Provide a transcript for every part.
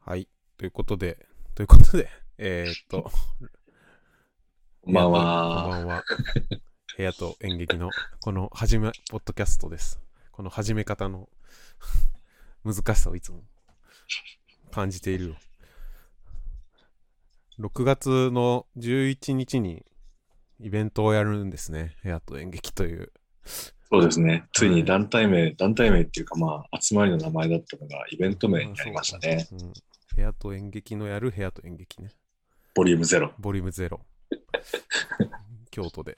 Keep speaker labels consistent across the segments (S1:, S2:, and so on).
S1: はい。ということで、ということで、 えー、っと、
S2: こんばん
S1: こん
S2: は。
S1: ばんは。 部屋と演劇の、この始め、ポッドキャストです。この始め方の 難しさをいつも感じているよ。6月の11日にイベントをやるんですね。部屋と演劇という。
S2: そうですね。ついに団体名、団体名っていうか、まあ、集まりの名前だったのがイベント名になりましたね。
S1: うん。部屋と演劇のやる部屋と演劇ね。
S2: ボリュームゼロ。
S1: ボリュームゼ ロ。京都で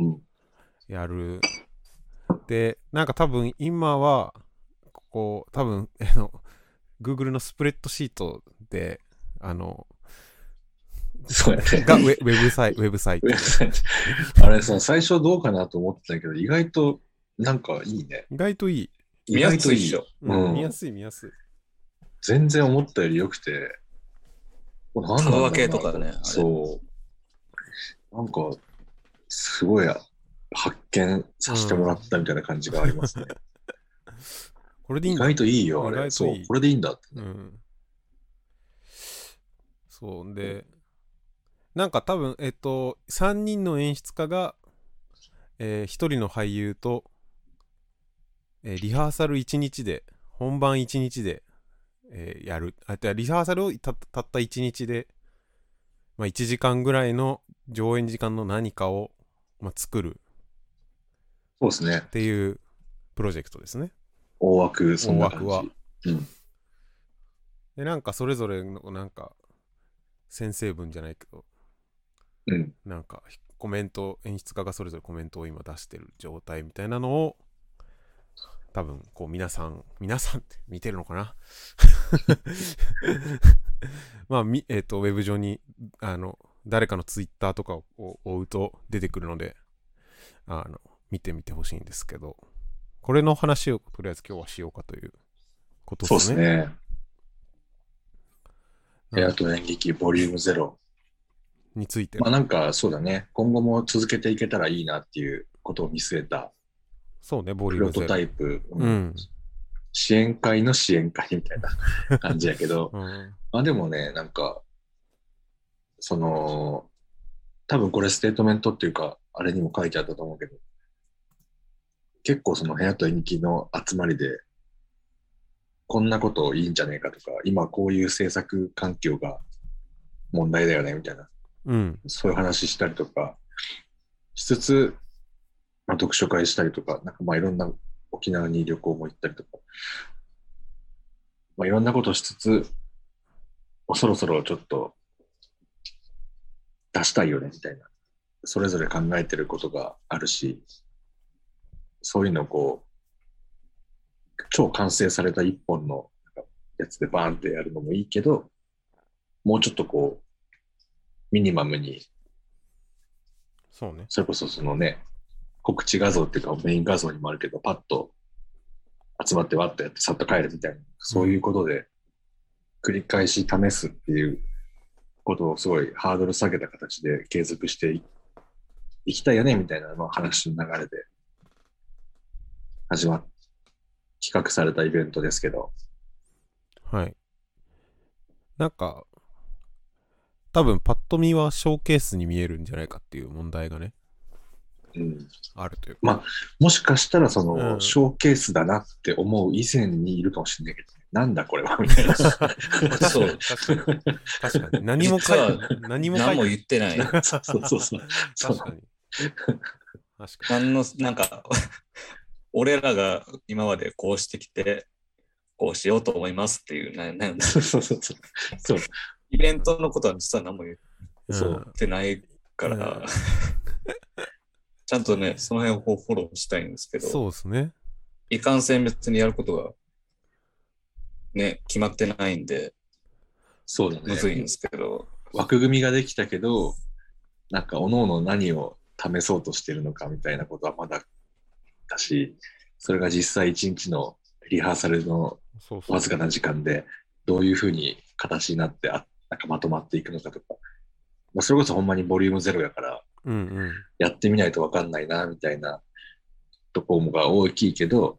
S2: うん。
S1: やる。で、なんか多分今は、ここ、多分、あの、Google のスプレッドシートで、あの、
S2: そうやね。
S1: がウェウェブサイト、ウェブサイト。
S2: あれさ、最初どうかなと思ってたけど、意外となんかいいね。
S1: 意外といい。
S2: 意外といいよ。う
S1: うん見や
S2: ん。
S1: すい、見やすい。
S2: 全然思ったより良くて。これ何なんだろうな
S3: カラオケとかねあれ
S2: そう。なんか、すごい発見させてもらったみたいな感じがありますね。
S1: これでいい
S2: 意
S1: んだ
S2: 外といいよ、あ
S1: 意外とい
S2: れ。
S1: い
S2: そう、これでいいんだって
S1: う
S2: ね。
S1: ん。そう、んで、なんか多分、えっと、3人の演出家が、え1人の俳優と、えーリハーサル1日で、本番1日で、えーやる。あ、てかリハーサルをたたった1日で、まあ、1時間ぐらいの上演時間の何かを、まあ、作る
S2: そうですね
S1: っ。ていうプロジェクトですね。
S2: 大枠、そ
S1: 大
S2: んな感
S1: 枠
S2: じ。
S1: は。
S2: うん
S1: で、なんかそれぞれの、なんか、先生文じゃないけど、
S2: うん。
S1: なんかコメント演出家がそれぞれコメントを今出してる状態みたいなのを多分こう皆さん皆さんって見てるのか な まあみえっ、とウェブ上にあの誰かのツイッターとかをを追うと出てくるのであの見てみてほしいんですけどこれの話をとりあえず今日はしようかということ
S2: そう
S1: で
S2: ですす
S1: ね。
S2: ね。
S1: なん
S2: えあと演劇、ボリュームゼロ。
S1: について、
S2: まあなんか、そうだね。今後も続けていけたらいいなっていうことを見据えた、
S1: そうねボ
S2: プ
S1: リュー
S2: ロ
S1: ムゼ
S2: ト
S1: ロ
S2: タイプ、うん
S1: うん、
S2: 支援会の支援会みたいな感じや けど、
S1: うん、
S2: まあでもね、なんか、その、多分これステートメントっていうか、あれにも書いてあったと思うけど、結構その部屋と演劇の集まりで、こんなこといいんじゃねえかとか、今こういう制作環境が問題だよねみたいな、
S1: うん、
S2: そういう話したりとかしつつ、まあ、読書会したりとか、なんかまあいろんな沖縄に旅行も行ったりとか、まあ、いろんなことしつつ、もうそろそろちょっと出したいよねみたいな、それぞれ考えてることがあるし、そういうのをこう、超完成された一本のなんかやつでバーンってやるのもいいけど、もうちょっとこう、ミニマムに
S1: そうね
S2: それこそそのね、告知画像っていうかメイン画像にもあるけど、パッと集まってわっとやってさっと帰るみたいな、そういうことで繰り返し試すっていうことをすごいハードル下げた形で継続していいきたいよねみたいなまあ話の流れで始まっ企画されたイベントですけど、
S1: はい。なんか、多分パッと見はショーケースに見えるんじゃないかっていう問題がね、
S2: うん、
S1: あるというか。
S2: まあもしかしたらその、
S1: うん
S2: ショーケースだなって思う以前にいるかもしれないけど、なんだこれは みたいな。
S3: そう
S1: 確かに。確かに。何も書い
S3: 実
S1: て、何も書
S3: 何
S1: い
S3: も
S1: て
S3: 言ってない。
S2: そうそうそう そう。そう
S1: 確かに。確か
S3: 何の、なんか、 俺らが今までこうしてきて、こうしようと思いますっていう、なな
S2: そうそうそうそう。そう
S3: イベントのことは実は何も言
S1: に。
S2: そうん
S3: ってないから、
S1: うん
S3: ちゃんとね、その辺をこうフォローしたいんですけど、
S1: そうですね。
S3: いかんせん別にやることが、ね、決まってないんで、
S2: そうだね。
S3: むずいんですけど、
S2: 枠組みができたけど、なんか、各々何を試そうとしてるのかみたいなことはまだだし、それが実際一日のリハーサルの
S1: そうそう。
S2: わずかな時間で、どういうふうに形になって、あなんかまとまっていくのかとか、まあ、それこそほんまにボリュームゼロやから、
S1: うんうん。
S2: やってみないと分かんないな、みたいなところが大きいけど、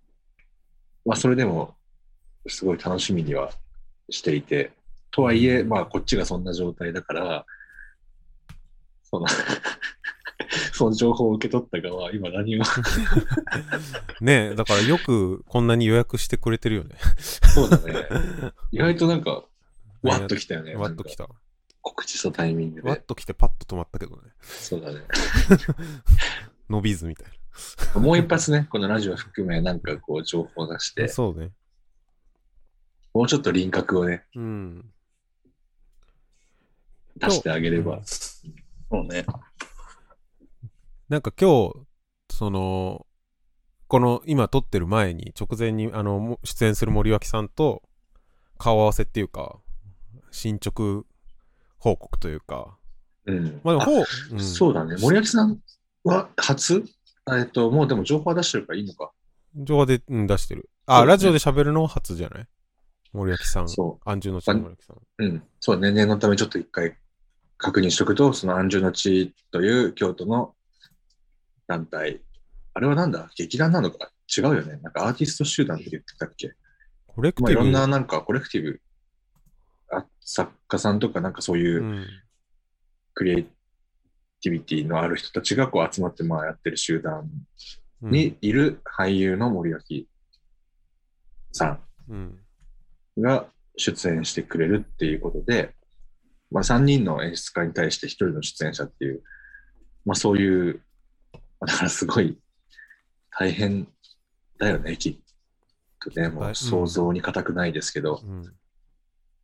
S2: まあ、それでも、すごい楽しみにはしていて、とはいえ、まあ、こっちがそんな状態だから、その、 その情報を受け取った側は今何を、
S1: ねえだからよくこんなに予約してくれてるよね
S2: そうだね。 意外となんか、 わっときたよね。
S1: わっときた
S2: 告知したタイミング
S1: わっ
S2: で。
S1: ときてパッと止まったけどね
S2: そうだね。
S1: 伸びずみたい
S2: もう一発ね、このラジオ含め、なんかこう、情報を出し
S1: な
S2: て、
S1: そうね
S2: もうちょっと輪郭をね、
S1: うん
S2: 出してあげれば。
S3: そうね。
S1: なんか今日そのこの今撮ってる前に直前にあのも出演する森脇さんと顔合わせっていうか進捗報告というか
S2: うん。
S1: まあでもほう、うん、
S2: そうだね。森脇さんは初えっと、もうでも情報は出してるからいいのか。
S1: 情報で、うん、出してるあ、
S2: そうですね
S1: ラジオで喋るのは初じゃない森脇さん
S2: そ
S1: 安住の地の森脇さん
S2: う。うん。そう、年齢のためちょっと一回確認しとくと、その安住の地という京都の団体。あれはなんだ劇団なのか違うよね。なんかアーティスト集団って言ってたっけ
S1: コレク
S2: まあい
S1: ティ
S2: ろ
S1: ブ、、
S2: んななんかコレクティブ、あ作家さんとかなんかそういううんクリエイティビティのある人たちがこう集まってまあやってる集団
S1: うん
S2: にいる俳優の森脇さん。
S1: うん
S2: が出演してくれるっていうことで、まあ、3人の演出家に対して1人の出演者っていう、まあ、そういう、まあだからすごい大変だよね、きっとね、も
S1: はいう
S2: 想像に難くないですけど、
S1: うん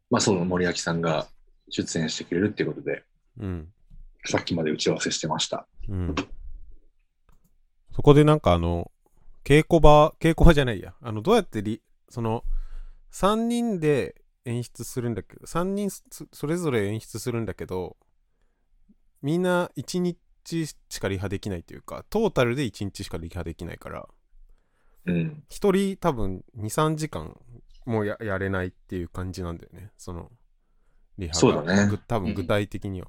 S2: まあ、その森脇さんが出演してくれるっていうことで、
S1: うん
S2: さっきまで打ち合わせしてました。
S1: うんそこでなんかあの稽古場稽古場じゃないやあのどうやってりその3人で演出するんだけど3人そそれぞれ演出するんだけどみんな1日しかリハできないというかトータルで1日しかリハできないから
S2: うん、
S1: 1人多分23時間もややれないっていう感じなんだよねそのリハが
S2: そうだね
S1: ぐ多
S3: う
S1: 分
S3: ん
S1: 具体的には、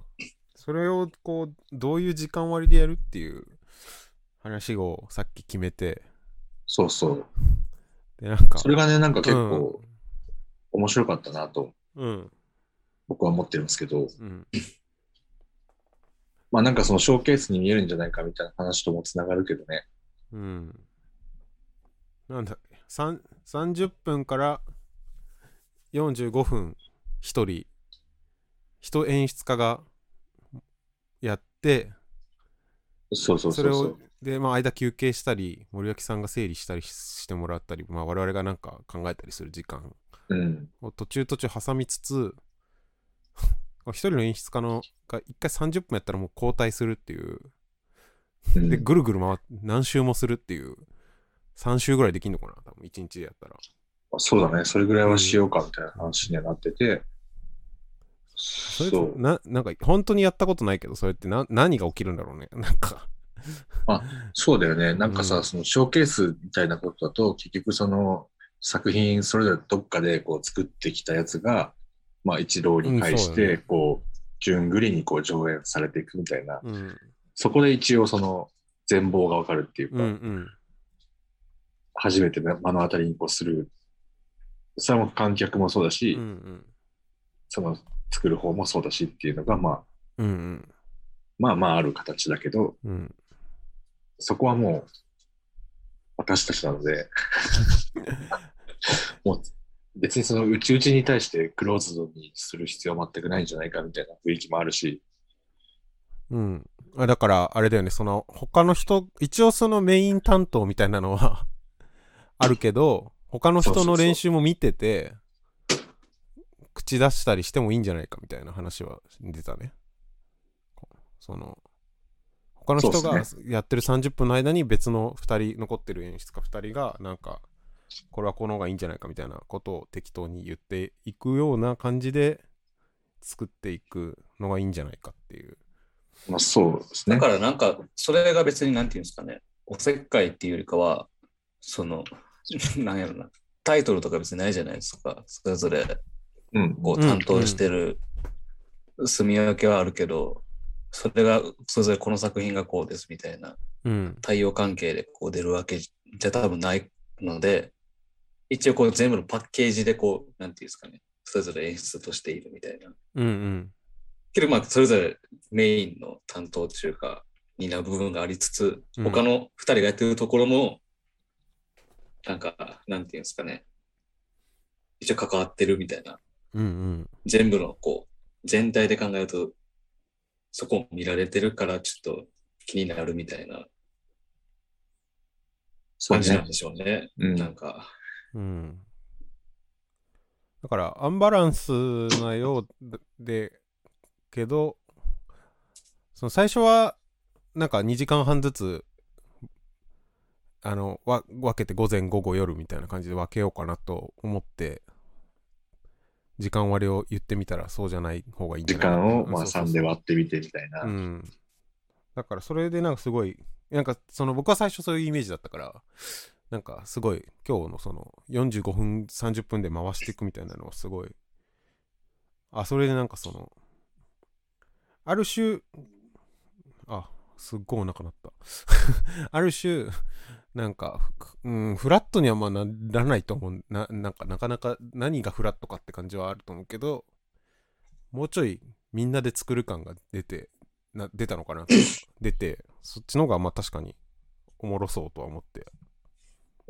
S1: それをこうどういう時間割でやるっていう話をさっき決めて
S2: そうそう。
S1: でなんか
S2: それがね、なんか結
S1: うん
S2: 構面白かったなと
S1: うん
S2: 僕は思ってるんですけど、
S1: うん
S2: まあなんかそのショーケースに見えるんじゃないかみたいな話ともつながるけどね、
S1: うんなんださん30分から45分1人人演出家がやって
S2: そうそ
S1: そ
S2: うそう
S1: れ
S2: そ
S1: を
S2: う。
S1: で、まあ、間休憩したり森脇さんが整理したりししてもらったり、まあ、我々がなんか考えたりする時間
S2: うん。
S1: を途中途中挟みつつ 一人の演出家のが一回30分やったらもう交代するっていう
S2: うん
S1: でぐるぐる回って何周もするっていう3周ぐらいできんのかな多分1日でやったら
S2: そうだね、それぐらいはしようかみたいな話にはなってて、
S1: それって
S2: そう。
S1: ななんか本当にやったことないけどそれってな何が起きるんだろうねなんか
S2: そうだよね、なんかさ、
S1: うん
S2: そのショーケースみたいなことだと、結局その作品それぞれどっかでこう作ってきたやつが、まあ一堂に会し
S1: うんそうだ
S2: て、こう、順繰りにこう上演されていくみたいな、
S1: うん
S2: そこで一応その全貌がわかるっていう
S1: うんう
S2: か、
S1: ん
S2: 初めて目の当たりにこうする。それも観客もそうだし、
S1: うんうん
S2: その作る方もそうだしっていうのが、まあ、
S1: うんうん
S2: まあまあある形だけど、
S1: うん
S2: そこはもう、私たちなので、もう別にその内々に対してクローズドにする必要は全くないんじゃないかみたいな雰囲気もあるし、
S1: うん。あだから、あれだよね、その、他の人、一応そのメイン担当みたいなのは あるけど、他の人の練習も見てて、口出したりしてもいいんじゃないかみたいな話は出たね。その、他の人
S2: そう
S1: が
S2: っす
S1: やってる30分の間に別の2人、残ってる演出家2人が、なんか、これはこの方がいいんじゃないかみたいなことを適当に言っていくような感じで作っていくのがいいんじゃないかっていう。
S2: まあそうです
S3: だ
S2: ね
S3: か。らなんか、それが別になんていうんですかね、おせっかいっていうよりかは、その、 なんやろな、タイトルとか別にないじゃないですか。それぞれ
S2: うん。
S3: こう
S1: うん
S3: 担当してる住み分けはあるけど、それが、それぞれこの作品がこうですみたいな、
S1: うん、
S3: 対応関係でこう出るわけじゃ多分ないので、一応こう全部のパッケージでこう、なんていうんですかね、それぞれ演出としているみたいな。
S1: うんうん
S3: けどまあそれぞれメインの担当中かにな部分がありつつ、
S1: うん
S3: 他の2人がやってるところもなんかなんていうんですかね一応関わってるみたいな
S1: うんうん
S3: 全部のこう全体で考えるとそこを見られてるからちょっと気になるみたいな
S2: そう
S3: 感じなん
S2: ね。
S3: でしょうね。
S2: うん
S3: なんか
S1: うんだからアンバランスなようでけどその最初はなんか2時間半ずつあのわ分けて午前午後夜みたいな感じで分けようかなと思って時間割を言ってみたらそうじゃない方がいいんじ
S2: 時
S1: ゃない
S2: 間をま
S1: う
S2: あ
S1: んそうそうそう
S2: 3で割ってみてみたいな。
S1: うん、だからそれでなんかすごいなんかその僕は最初そういうイメージだったからなんかすごい今日のその45分30分で回していくみたいなのはすごいあそれでなんかそのある種あすっごいお腹鳴った ある種なんか、ふうん、フラットにはまあならないと思うななんかなかなか何がフラットかって感じはあると思うけどもうちょいみんなで作る感が出てな出たのかな出てそっちの方がまあ確かにおもろそうとは思って、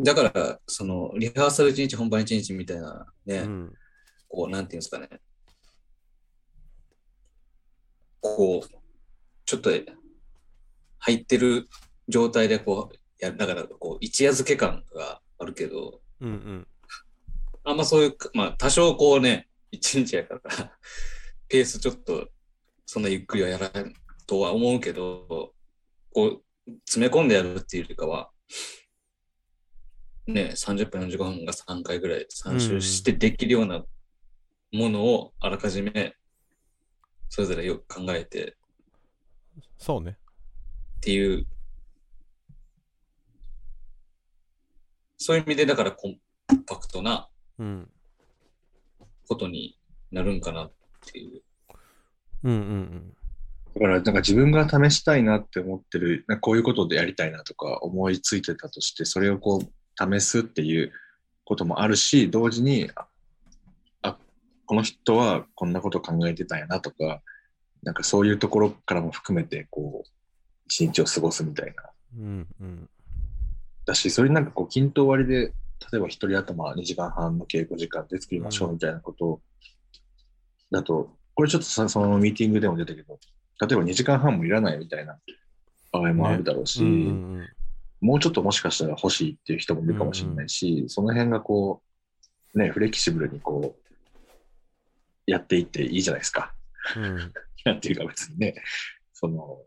S3: だからそのリハーサル1日本番1日みたいなね、
S1: うん、
S3: こう、なんていうんですかね。こう、ちょっと入ってる状態でこう、やだからこう、一夜漬け感があるけど、
S1: うんうん
S3: あんまそういう、まあ多少こうね、一日やから、ペースちょっと、そんなゆっくりはやらんとは思うけど、こう、詰め込んでやるっていうよりかは、ね、30分、45分が3回ぐらい3周してできるようなものをあらかじめ、それぞれよく考えて
S1: そうね
S3: っていう、そういう意味で、だからコンパクトな
S1: うん
S3: ことになるんかなっていう。
S1: うんうんうん
S2: だからなんか自分が試したいなって思ってる、なんかこういうことでやりたいなとか思いついてたとして、それをこう試すっていうこともあるし、同時に、ああこの人はこんなこと考えてたんやなとか、なんかそういうところからも含めて、こう、一日を過ごすみたいな。
S1: うんうん
S2: だし、それなんかこう、均等割りで、例えば一人頭2時間半の稽古時間で作りましょうみたいなことを、だと、これちょっとさそのミーティングでも出たけど、例えば2時間半もいらないみたいな場合もあるだろうし、
S1: うんうんうん
S2: もうちょっともしかしたら欲しいっていう人もいるかもしれないし、その辺がこう、ね、フレキシブルにこう、やっていっていいじゃないですか。
S1: うん
S2: なんていうか別にね、その、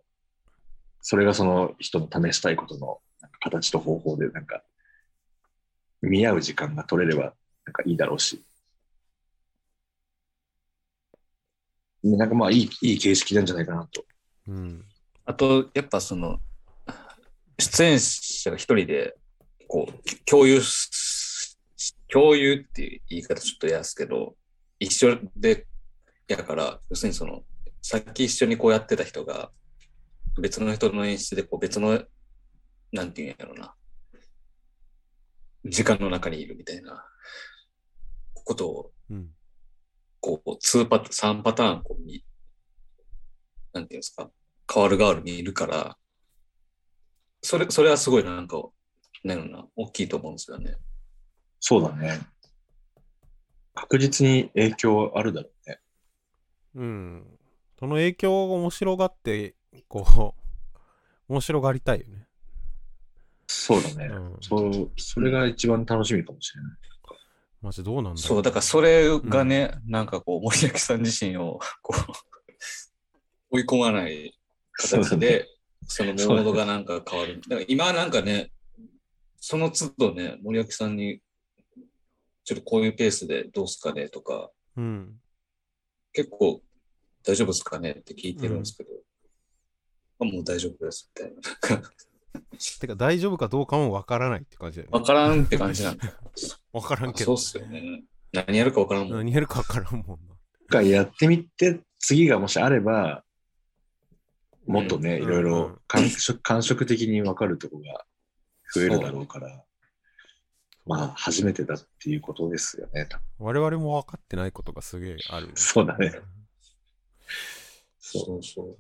S2: それがその人の試したいことのなんか形と方法で、なんか、見合う時間が取れれば、なんかいいだろうし。ねなんかまあいい、いい形式なんじゃないかなと。
S1: うん
S3: あと、やっぱその、出演者が一人で、こう、共有す、共有っていう言い方ちょっと嫌ですけど、一緒で、やから、要するにその、さっき一緒にこうやってた人が、別の人の演出で、こう別の、なんていうんやろな、時間の中にいるみたいな、ことを
S1: うん
S3: こう、2パターン、3パターン、こう、に、なんていうんですか、変わる変わるにいるから、それ、それはすごいなんか、なんやろな、大きいと思うんですよね。
S2: そうだね。確実に影響あるだろうね。
S1: うんその影響を面白がってこう面 白がりたいよね、
S2: そうだね。
S1: うん、
S2: そう、それが一番楽しみかもしれない。
S1: マジどうなんだろ
S3: そうう、だからそれがね、なんかこう、森脇さん自身を、こ う、追い込まない形で、そのモードがなんか変わる。だから今はなんかね、その都度ね、森脇さんに、ちょっとこういうペースでどうすかねとか、
S1: うん
S3: 結構大丈夫ですかねって聞いてるんですけど、あもう大丈夫ですみたいななんか。
S1: てか大丈夫かどうかもわからないって感じだよね
S3: わからんって感じなんだ。
S1: わからんけ
S3: そ
S1: ど
S3: うっすよね。何やるかわからんもん。
S1: 何やるかわからんもんな
S2: 一回やってみて、次がもしあれば、もっとね、
S1: うん
S2: い
S1: う
S2: ろい
S1: んう
S2: ろ
S1: ん
S2: 感触感触的に分かるところが増えるだろうから、まあ、初めてだっていうことですよね。多分
S1: 我々も分かってないことがすげえある。
S2: そうだね。そう
S3: そうそ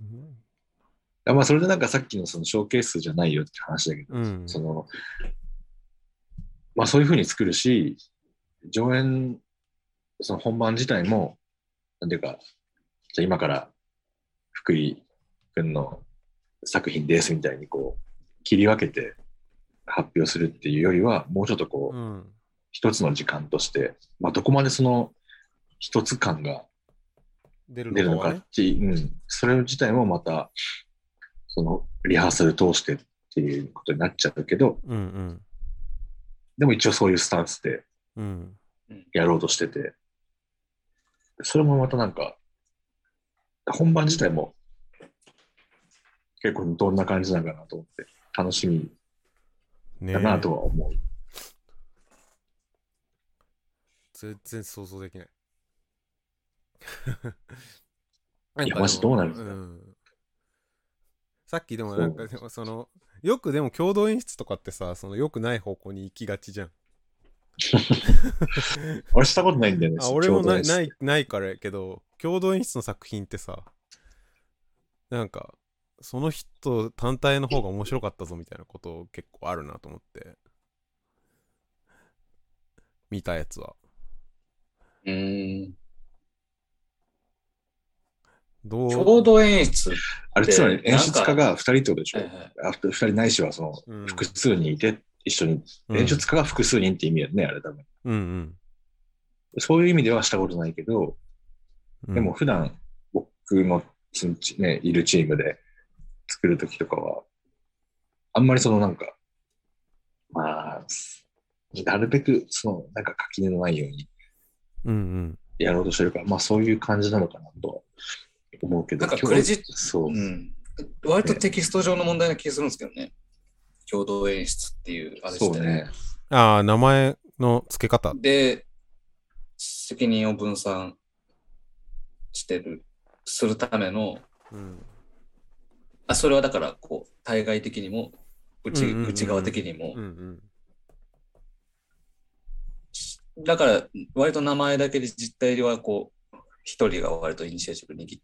S2: あまあ、それでなんかさっきのそのショーケースじゃないよって話だけど、
S1: うん。
S2: その、まあそういうふうに作るし、上演、その本番自体も、なんていうか、じゃあ今から福井君の作品ですみたいにこう、切り分けて発表するっていうよりは、もうちょっとこう、
S1: うん。
S2: 一つの時間として、まあ、どこまでその一つ感が
S1: 出る
S2: 出る
S1: の
S2: の
S1: か
S2: か
S1: ね。
S2: っていう、うん、それ自体もまたそのリハーサル通してっていうことになっちゃうけど
S1: うん
S2: でも一応そういうスタンスで
S1: うん。うん。
S2: やろうとしててそれもまたなんか本番自体も結構どんな感じなのかなと思って楽しみ
S1: ね
S2: だなとは思う、
S1: 全然想像できない。
S2: いや
S1: か
S2: マジ
S1: でも
S2: どうなるんですか
S1: んさっきでもなんかでもそのよくでも共同演出とかってさそのよくない方向に行きがちじゃん。
S2: 俺したことないんだよね
S1: あ俺もないないいないからやけど共同演出の作品ってさなんかその人単体の方が面白かったぞみたいなこと結構あるなと思って見たやつは
S3: う。うん。
S1: どう
S3: 共同演出。
S2: あれつまり
S3: で
S2: 演出家が2人ってことでしょ、
S3: はいはい
S2: あふ二人ないしはその
S1: うん
S2: 複数人いて一緒に、
S1: うん
S2: 演出家が複数人って意味だよね、あれ多分。
S1: うんうん
S2: そういう意味ではしたことないけど、
S1: うん
S2: でも普段僕のチームチ、ね、いるチームで作るときとかは、あんまりそのなんか、まあ、なるべくそのなんか垣根のないように
S1: うんうん
S2: やろうとしてるから、まあそういう感じなのかなとは思うけど。
S3: なんかクレジット
S2: そう。
S3: うん。割とテキスト上の問題な気がするんですけどね。共同演出っていうあれ
S2: そ
S3: し
S2: う
S3: て
S2: ね。。
S1: ああ名前の付け方
S3: で、責任を分散してる、するための、
S1: うん
S3: あそれはだから、こう、対外的にも、内,、
S1: うんうんうんうん
S3: 内側的にも、
S1: うんうん
S3: だから、割と名前だけで実態は、こう、一人が割とイニシアチブ握っ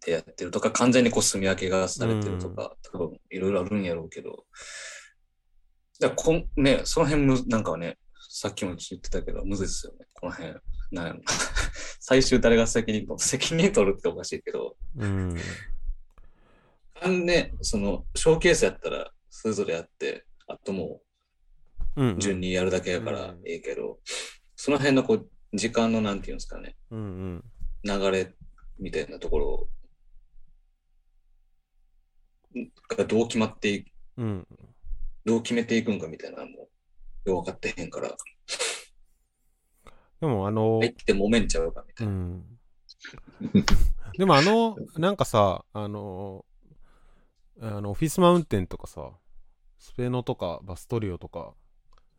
S3: てやってるとか、完全にこう、住み分けがされてるとか、多分、いろいろあるんやろうけど、だからこん、ね、その辺む、なんかはね、さっきも言ってたけど、むずいですよね、この辺。なんやろ 最終誰が責任取る責任取るっておかしいけど、
S1: うん
S3: あのね、その、ショーケースやったら、それぞれやって、あともう、
S1: うん
S3: 順にやるだけやから
S1: うん
S3: ええけど、その辺のこう時間のなんていうんですかね
S1: うんうん
S3: 流れみたいなところがどう決まってい
S1: うん
S3: どう決めていくんかみたいなのもよう分かってへんから
S1: でもあの
S3: 入って揉めんちゃうかみた
S1: う
S3: いな、
S1: んでもあのなんかさあのあのオフィスマウンテンとかさスペノとかバストリオとか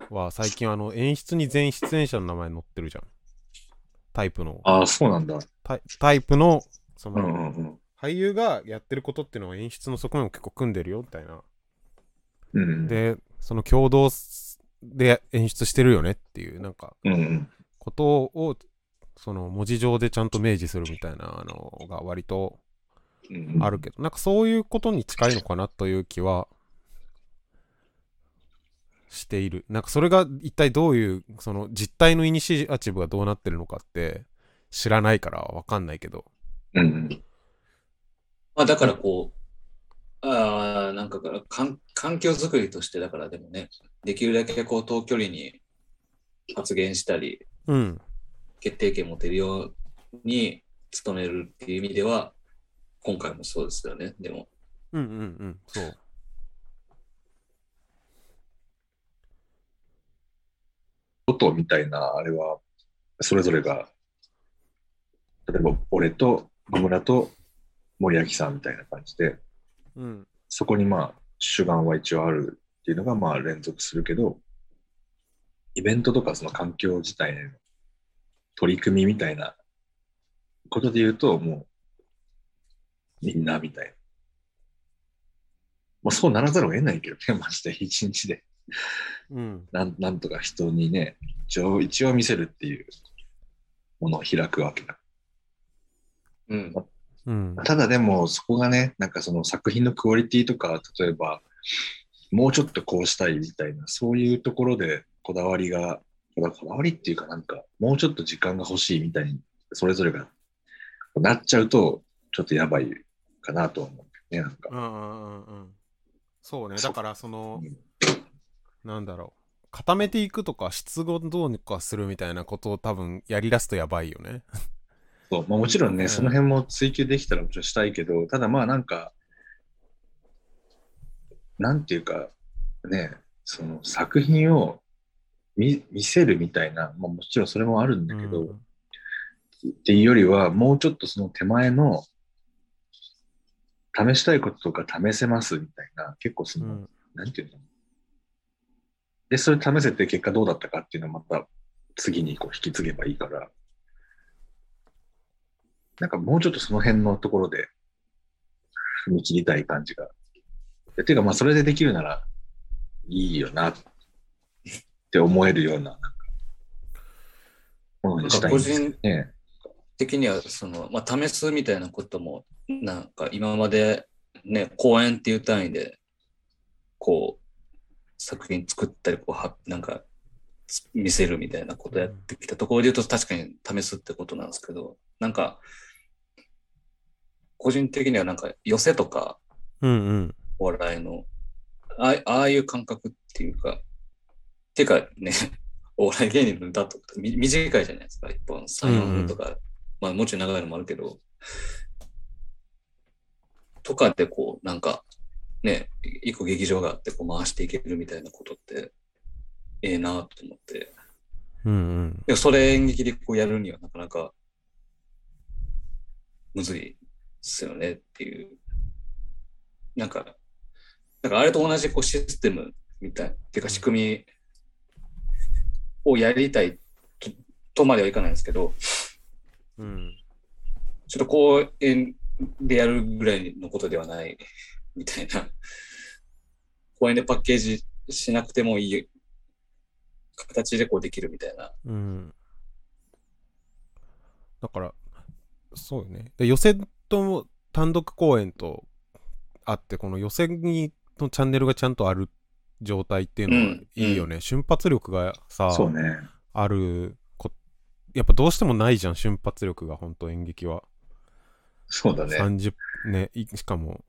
S1: は最近あの演出に全出演者の名前載ってるじゃんタイプの
S2: ああ、そうなんだ。
S1: タイタイプのそ
S2: うんう
S1: の
S2: んうん。
S1: 俳優がやってることっていうのは演出の側面も結構組んでるよみたいな
S2: うんうん、
S1: でその共同で演出してるよねっていうなんか
S2: うんうん。
S1: ことをその文字上でちゃんと明示するみたいなのが割と
S2: うんうん
S1: あるけど、なんかそういうことに近いのかなという気はしている。なんかそれが一体どういう、その実態のイニシアチブがどうなってるのかって知らないからわかんないけど。
S2: うんうん。
S3: まあ、だからこうあーなんかからかん環境づくりとしてだからでもねできるだけこう遠距離に発言したり
S1: うん。
S3: 決定権持てるように努めるっていう意味では、今回もそうですよね。でも、
S1: うんうんうん。そう。
S2: 音みたいなあれはそれぞれが例えば俺と野村と森脇さんみたいな感じで
S1: うん。
S2: そこにまあ主眼は一応あるっていうのがまあ連続するけどイベントとかその環境自体への取り組みみたいなことで言うともうみんなみたいな、まあ、そうならざるを得ないけどねまして一日で
S1: うん
S2: なんなんとか人にね一応一応見せるっていうものを開くわけだ
S3: うん。
S1: うん
S2: ただでもそこがねなんかその作品のクオリティとか例えばもうちょっとこうしたいみたいなそういうところでこだわりがこだこだわりっていうかなんかもうちょっと時間が欲しいみたいにそれぞれがなっちゃうとちょっとやばいかなとは思うけどねなんか
S1: う。んうんうんうんそうね
S2: そ
S1: だ
S2: う
S1: からその
S2: うん
S1: なんだろう固めていくとか質をどうにかするみたいなことを多分やりだすとやばいよね
S2: そうまあ、もちろんね、
S1: うん
S2: その辺も追求できたらもちろんしたいけど、ただまあなんか、なんていうか、ね、その作品を見見せるみたいな、まあ、もちろんそれもあるんだけど、
S1: うん
S2: っていうよりは、もうちょっとその手前の、試したいこととか試せますみたいな、結構その、
S1: うん
S2: なんていうので、それ試せて結果どうだったかっていうのをまた次にこう引き継げばいいから、なんかもうちょっとその辺のところで踏み切りたい感じが。でていうかまあそれでできるならいいよなって思えるような、なんかものにしたいんですよ
S3: なんか
S2: ね。
S3: 的には、その、まあ、試すみたいなことも、なんか今まで、ね、公演っていう単位で、こう、作品作ったり、こう、はなんか、つ見せるみたいなことやってきたところで言うと、確かに試すってことなんですけど、なんか、個人的にはなんか、寄せとか、
S1: うんうん
S3: お笑いの、ああああいう感覚っていうか、ていうかね、 お笑い芸人の歌とかみ短いじゃないですか、一本3、4分とか、まあもうちょい長いのもあるけど、とかでこう、なんか、ね、一個劇場があってこう回していけるみたいなことって、ええなと思って。
S1: うんうん
S3: でもそれ演劇でこうやるにはなかなか、むずいっすよねっていう。なんか、なんかあれと同じこうシステムみたい、っていうか仕組みをやりたいととまではいかないんですけど、
S1: うん
S3: ちょっと公演でやるぐらいのことではないみたいな。公演でパッケージしなくてもいい形でこうできるみたいな。
S1: うん。だから、そうよね。で、予選とも単独公演とあって、この予選にのチャンネルがちゃんとある状態っていうのは
S3: うん
S1: いいよね。瞬発力がさ、
S2: そうね。
S1: あるこ、やっぱどうしてもないじゃん、瞬発力が、本当演劇は。
S2: そうだね。
S1: 30ねいしかも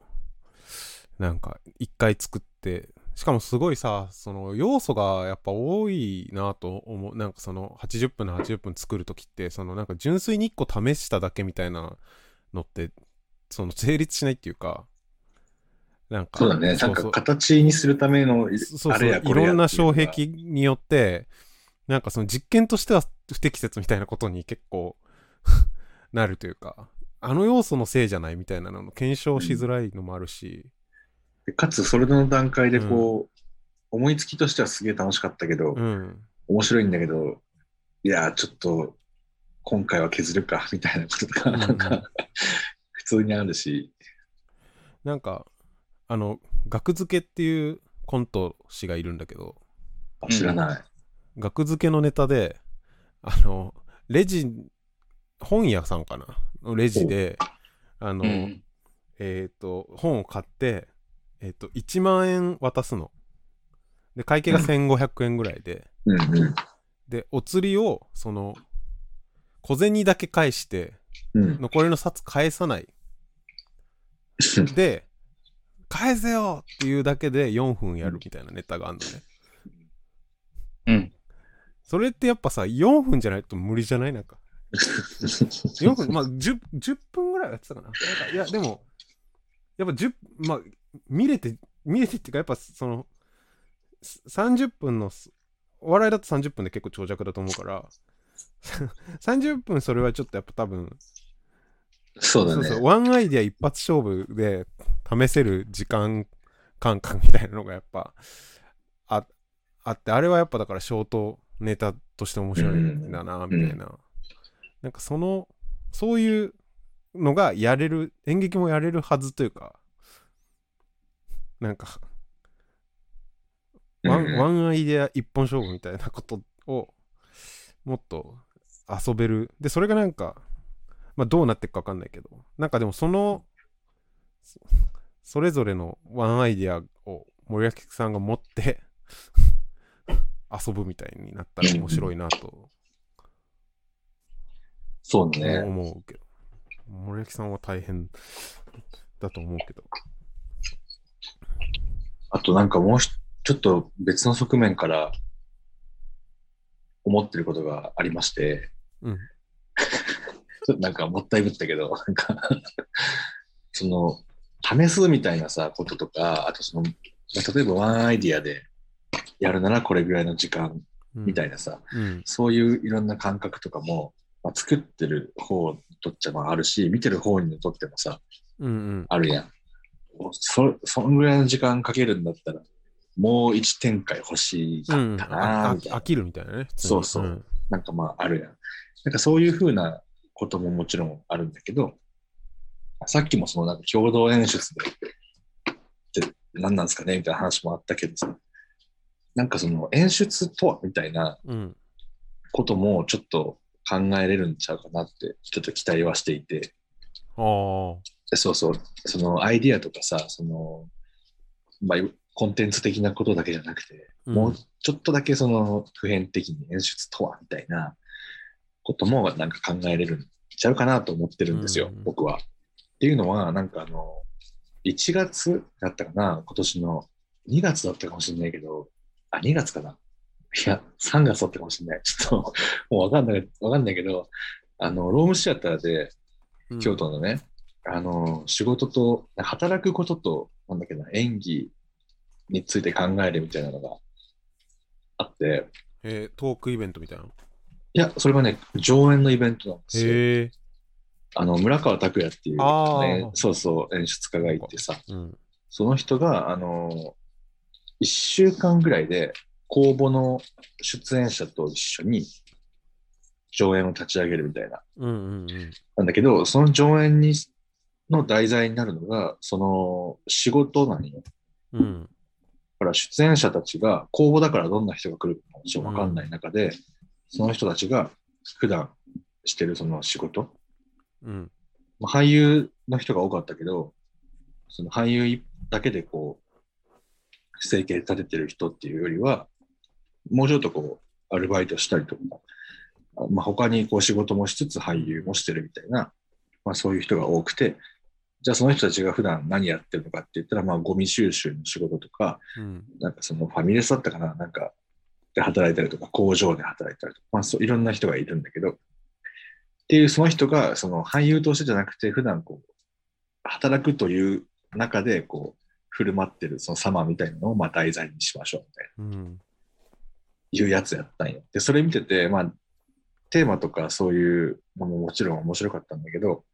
S1: なんか1回作ってしかもすごいさその要素がやっぱ多いなと思うなんかその80分の80分作る時ってそのなんか純粋に1個試しただけみたいなのってその成立しないっていうかなんか
S2: そうだね。なん
S1: そ
S2: か
S1: う
S2: 形にするためのい
S1: そうそう
S2: あれや
S1: い
S2: これやっていうのが
S1: ろんな障壁によってなんかその実験としては不適切みたいなことに結構 なるというかあの要素のせいじゃないみたいなのの検証しづらいのもあるし、
S2: でかつそれの段階でこう、思いつきとしてはすげえ楽しかったけど、
S1: うん
S2: 面白いんだけどいやーちょっと今回は削るかみたいなこととか、
S1: うん
S2: なんか普通にあるし
S1: なんかあの「額付け」っていうコント師がいるんだけど
S2: あ知らない、
S1: 額付けのネタであのレジ本屋さんかなのレジであの、
S3: うん
S1: えっ、と、本を買って、えっ、と、1万円渡すの。で、会計が1500円ぐらいで、
S2: うん、うん
S1: で、お釣りを、その、小銭だけ返して、
S2: うん
S1: 残りの札返さない。で、返せよっていうだけで4分やるみたいなネタがあるのね。
S3: うん。
S1: それってやっぱさ、4分じゃないと無理じゃないなんか。4分、まあ 10, 10分ぐらいはやってたかな。なんかいや、でも、やっぱ10、まあ、見れて、見れてっていうか、やっぱその、す30分のす、お笑いだと30分で結構長尺だと思うから、30分それはちょっとやっぱ多分、
S2: そうだ
S1: そう
S2: ね
S1: そう、ワンアイディア一発勝負で試せる時間感覚みたいなのがやっぱああって、あれはやっぱだからショートネタとして面白いんだな、みたいな。なんかその、そういうのがやれる、演劇もやれるはずというか、なんか、ワン,、
S2: うんうん
S1: ワンアイデア一本勝負みたいなことをもっと遊べるでそれがなんか、まあ、どうなっていくか分かんないけどなんかでもそのそそれぞれのワンアイデアを森脇さんが持って遊ぶみたいになったら面白いなと
S2: そうね。
S1: 思うけど、森脇さんは大変だと思うけど
S2: あとなんかもうひちょっと別の側面から思ってることがありまして、
S1: うん
S2: ちょ っとなんかもったいぶったけど、なんか、その、試すみたいなさ、こととか、あとその、例えばワンアイディアでやるならこれぐらいの時間みたい
S1: な、
S2: なさ、
S1: うん
S2: そういういろんな感覚とかも、まあ、作ってる方にとっちゃまああるし、見てる方にとってもさ、
S1: うんうん
S2: あるやん。そ、そんぐらいの時間かけるんだったら、もう一展開欲し
S1: う
S2: か
S1: ん、
S2: った
S1: あ
S2: な、
S1: あ
S2: みたいな、
S1: 飽きるみたいなね。普通に
S2: そうそうなんかまああるやん。なんかそういうふうなことももちろんあるんだけど、さっきもそのなんか共同演出で、って何なんですかねみたいな話もあったけどさ、なんかその演出とはみたいな
S1: うん。うん
S2: こともちょっと考えれるんちゃうかなって、ちょっと期待はしていて。
S1: ああ。
S2: そうそう、そのアイディアとかさ、その、まあ、コンテンツ的なことだけじゃなくて、
S1: うん
S2: もうちょっとだけその普遍的に演出とはみたいなこともなんか考えれるんちゃうかなと思ってるんですよ、
S1: うん
S2: 僕は。っていうのは、なんかあの、1月だったかな、今年の2月だったかもしれないけど、あ、2月かな。いや、3月だったかもしれない。ちょっと、もうわかんない、わかんないけど、あの、ロームシアターで、
S1: うん
S2: 京都のね、あの仕事と働くこととなんだっけな演技について考えるみたいなのがあって
S1: えートークイベントみたいな。
S2: いやそれはね上演のイベントなんですよ
S1: へえ。
S2: あの村川拓也っていう、
S1: あー
S2: ね、そうそう演出家がいてさ
S1: うん。
S2: その人があの1週間ぐらいで公募の出演者と一緒に上演を立ち上げるみたいな
S1: うんうんうん。
S2: なんだけど、その上演にの題材になるのが、その仕事なんよ。だ
S1: うん。
S2: から出演者たちが、公募だからどんな人が来るかもちろんわかんない中で、その人たちが普段してるその仕事、
S1: うん。
S2: まあ俳優の人が多かったけど、その俳優だけでこう、生計立ててる人っていうよりは、もうちょっとこう、アルバイトしたりとか、あまあ、他にこう仕事もしつつ俳優もしてるみたいな、まあ、そういう人が多くて、じゃあその人たちが普段何やってるのかって言ったら、まあ、ゴミ収集の仕事とか、
S1: うん。
S2: なんかそのファミレスだったかな、なんかで働いたりとか、工場で働いたりとか、まあそういろんな人がいるんだけど、っていうその人がその俳優としてじゃなくて、普段こう、働くという中でこう、振る舞ってるその様みたいなのをまあ題材にしましょうみたいな、
S1: うん。
S2: いうやつやったんよ。で、それ見てて、まあ、テーマとかそういうのももちろん面白かったんだけど、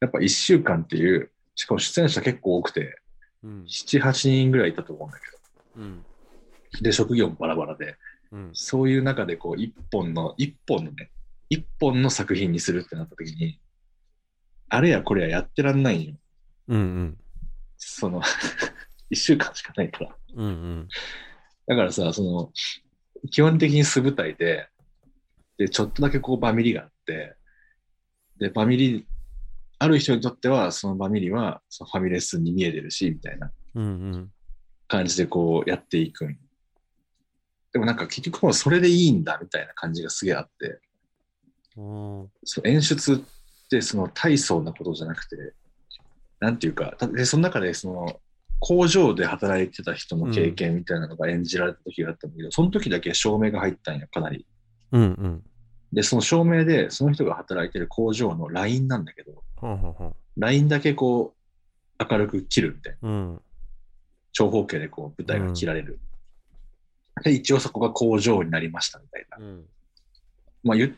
S2: やっぱ1週間っていう、しかも出演者結構多くて、
S1: うん。
S2: 7、8人ぐらいいたと思うんだけ
S1: うん。
S2: ど、で、職業もバラバラで、
S1: うん。
S2: そういう中でこう一本の一本のね一本の作品にするってなった時にあれやこれややってらんないよ
S1: うん。うん。
S2: その 一週間しかないから
S1: うん。うん。
S2: だからさその基本的に素舞台ででちょっとだけこうバミリがあってでバミリある人にとってはそのバミリはそのファミレスに見えてるしみたいな
S1: うん。
S2: 感じでこうやっていくんよでもなんか結局もうそれでいいんだみたいな感じがすげえあって
S1: うん。
S2: そう演出ってその大層なことじゃなくて、なんていうか、たでその中でその工場で働いてた人の経験みたいなのが演じられた時があったんだけど、その時だけ照明が入ったんや、かなり。
S1: うん。うん。
S2: で、その照明で、その人が働いてる工場のラインなんだけど、
S1: はんはんはん
S2: ラインだけこう、明るく切るみたいな。
S1: うん。
S2: 長方形でこう、舞台が切られる。で、一応そこが工場になりましたみたいな。
S1: うん。
S2: まあ言っ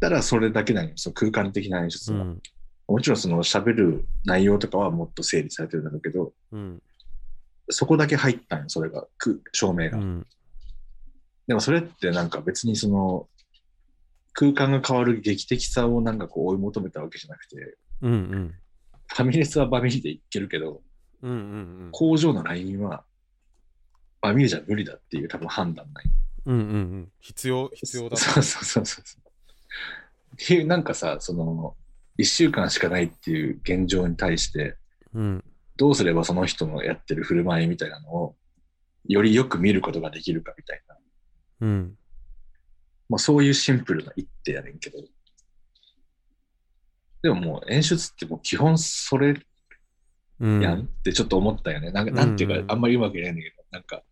S2: たらそれだけなんよ、その空間的な演出
S1: う
S2: は。
S1: ん。
S2: もちろんその喋る内容とかはもっと整理されてるんだろうけど、
S1: うん。
S2: そこだけ入ったんよ、それが、く照明
S1: う
S2: が。
S1: ん。
S2: でもそれってなんか別にその、空間が変わる劇的さをなんかこう追い求めたわけじゃなくて、
S1: うん。うん。
S2: ファミレスはファミリーでいけるけど、
S1: うん。うん。
S2: 工場のラインはあ、ミューじゃ無理だっていう多分判断ない。
S1: うんうんうん。必要、必要だ。
S2: そうそうそうそうそう。っていう、なんかさ、その、1週間しかないっていう現状に対して、
S1: うん。
S2: どうすればその人のやってる振る舞いみたいなのを、よりよく見ることができるかみたいな。
S1: うん。
S2: まあそういうシンプルな一手やねんけど。でももう演出ってもう基本それ
S1: うん。
S2: やんってちょっと思ったよね。なんか、なんていう
S1: うん
S2: か、あんまりうまく言えないんだけど、なんか、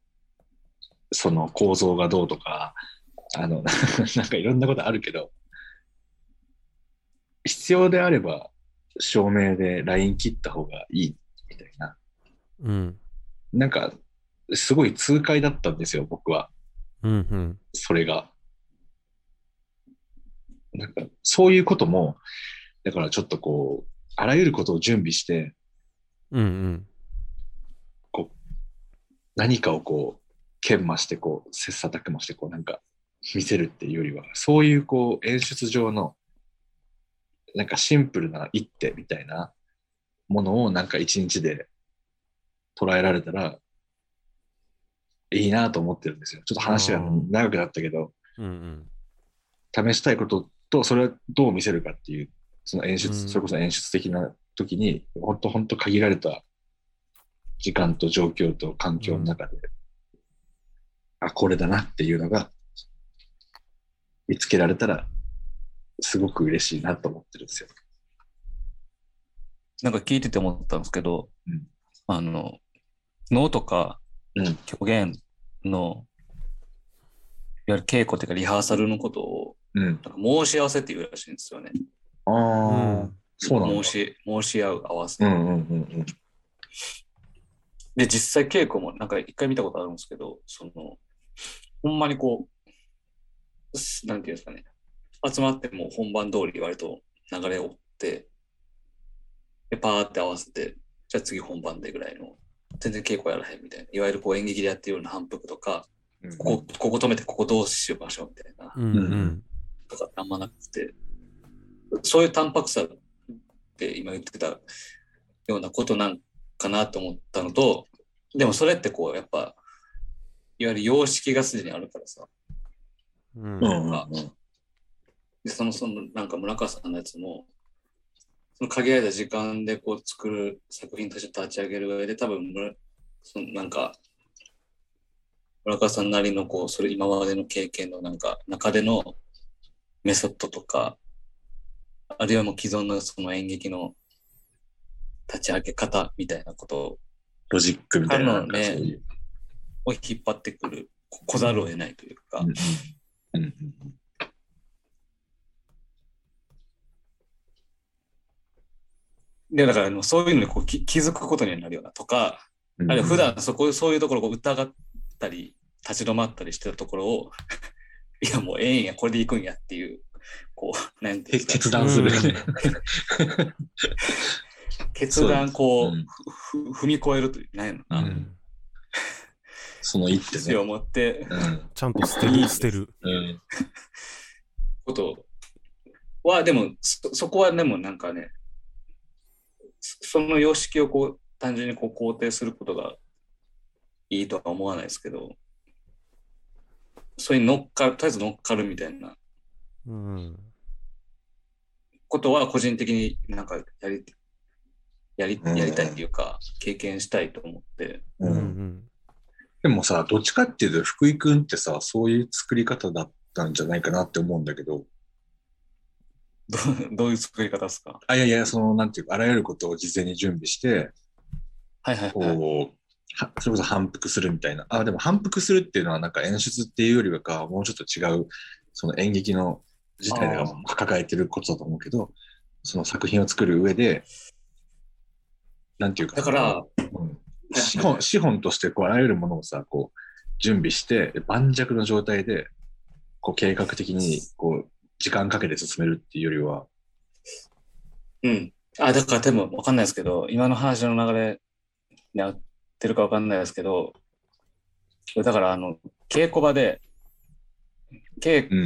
S2: その構造がどうとか、あの、 なんかいろんなことあるけど、必要であれば、照明でライン切った方がいいみたいな。
S1: うん。
S2: なんか、すごい痛快だったんですよ、僕は。
S1: うん。うん。
S2: それが。なんか、そういうことも、だからちょっとこう、あらゆることを準備して、
S1: うん。うん。
S2: 何かをこう研磨してこう切磋琢磨してこうなんか見せるっていうよりはそういうこう演出上のなんかシンプルな一手みたいなものをなんか一日で捉えられたらいいなと思ってるんですよ。ちょっと話が
S1: うん
S2: 長くなったけど
S1: うん。
S2: 試したいこととそれをどう見せるかっていうその演出、
S1: うん
S2: それこそ演出的な時に本当本当限られた時間と状況と環境の中で、あこれだなっていうのが見つけられたらすごく嬉しいなと思ってるんですよ。
S3: なんか聞いてて思ったんですけど、
S2: うん
S3: あの、能とか
S2: うん
S3: 虚言の、いわゆる稽古というかリハーサルのことを、
S2: うん、
S3: なんか申し合わせっていうらしいんですよね。
S2: あ
S1: う
S2: あ、
S1: ん。
S2: そうなんだ
S3: 申。し、申し合う、合わせ。
S2: うんうんうん
S3: で、実際稽古も、なんか一回見たことあるんですけど、その、ほんまにこう、すなんていうんですかね、集まってもう本番通り割と流れを追って、で、パーって合わせて、じゃあ次本番でぐらいの、全然稽古やらへんみたいな、いわゆるこう演劇でやってるような反復とか、
S2: うん。
S3: ここ、ここ止めてここどうしようましょうみたいな、
S1: うん。うん。
S3: とかってあんまなくて、そういう淡白さって今言ってたようなことなんかなと思ったのと、でもそれってこう、やっぱ、いわゆる様式がすでにあるからさ、
S1: うん。
S2: う
S1: うんん。
S2: うんうん
S3: でその、その、なんか村川さんのやつも、その限られた時間でこう作る作品として立ち上げる上で、多分む、そのなんか、村川さんなりのこう、それ今までの経験のなんか、中でのメソッドとか、あるいはもう既存のその演劇の立ち上げ方みたいなこと
S2: ロジックみたいな
S3: あ
S2: な
S3: る
S2: ん
S3: の
S2: か
S3: ね
S2: そういう。
S3: を引っ張ってくる、ここざるを得ないというか、
S2: うんうんうん
S3: で、だからあのそういうのにこうき気づくことになるようなとか、
S2: うん
S3: あるいは普段そこそういうところを疑ったり立ち止まったりしてたところを いやもうええんやこれでいくんやっていうこうなんていうんで
S2: 決
S3: すか
S2: 断するね。
S3: 決断こ
S2: う
S3: う、
S2: ん
S3: ふふ踏み越えるというなんやろな、
S2: うんその一手
S3: 意
S2: ね
S3: 思。を持って
S2: うん
S1: ちゃんと捨てる、捨てる。
S2: うん
S3: ことはでもそそこはでもなんかねそその様式をこう単純にこう肯定することがいいとは思わないですけどそれに乗っかるとりあえず乗っかるみたいな
S1: うん。
S3: ことは個人的になんかやりやり
S2: うん
S3: やりたいっていうか、経験したいと思って、
S1: うん。う
S2: うん
S1: ん。
S2: でもさ、どっちかっていうと、福井くんってさ、そういう作り方だったんじゃないかなって思うんだけど、
S3: どうどういう作り方ですか
S2: あ、いやいや、その、なんていうか、あらゆることを事前に準備して、
S3: はいはいはい。
S2: こう、はそれこそ反復するみたいな。あ、でも反復するっていうのは、なんか演出っていうよりはか、もうちょっと違う、その演劇の自体が
S3: あ
S2: 抱えてることだと思うけど、その作品を作る上で、なんていうか、
S3: だから、
S2: うん資 本資本としてこうあらゆるものをさこう準備して盤石の状態でこう計画的にこう時間かけて進めるっていうよりは、
S3: うん。あ、だからでもわかんないですけど、今の話の流れに合ってるかわかんないですけど、だからあの、稽古場で、稽
S2: うんう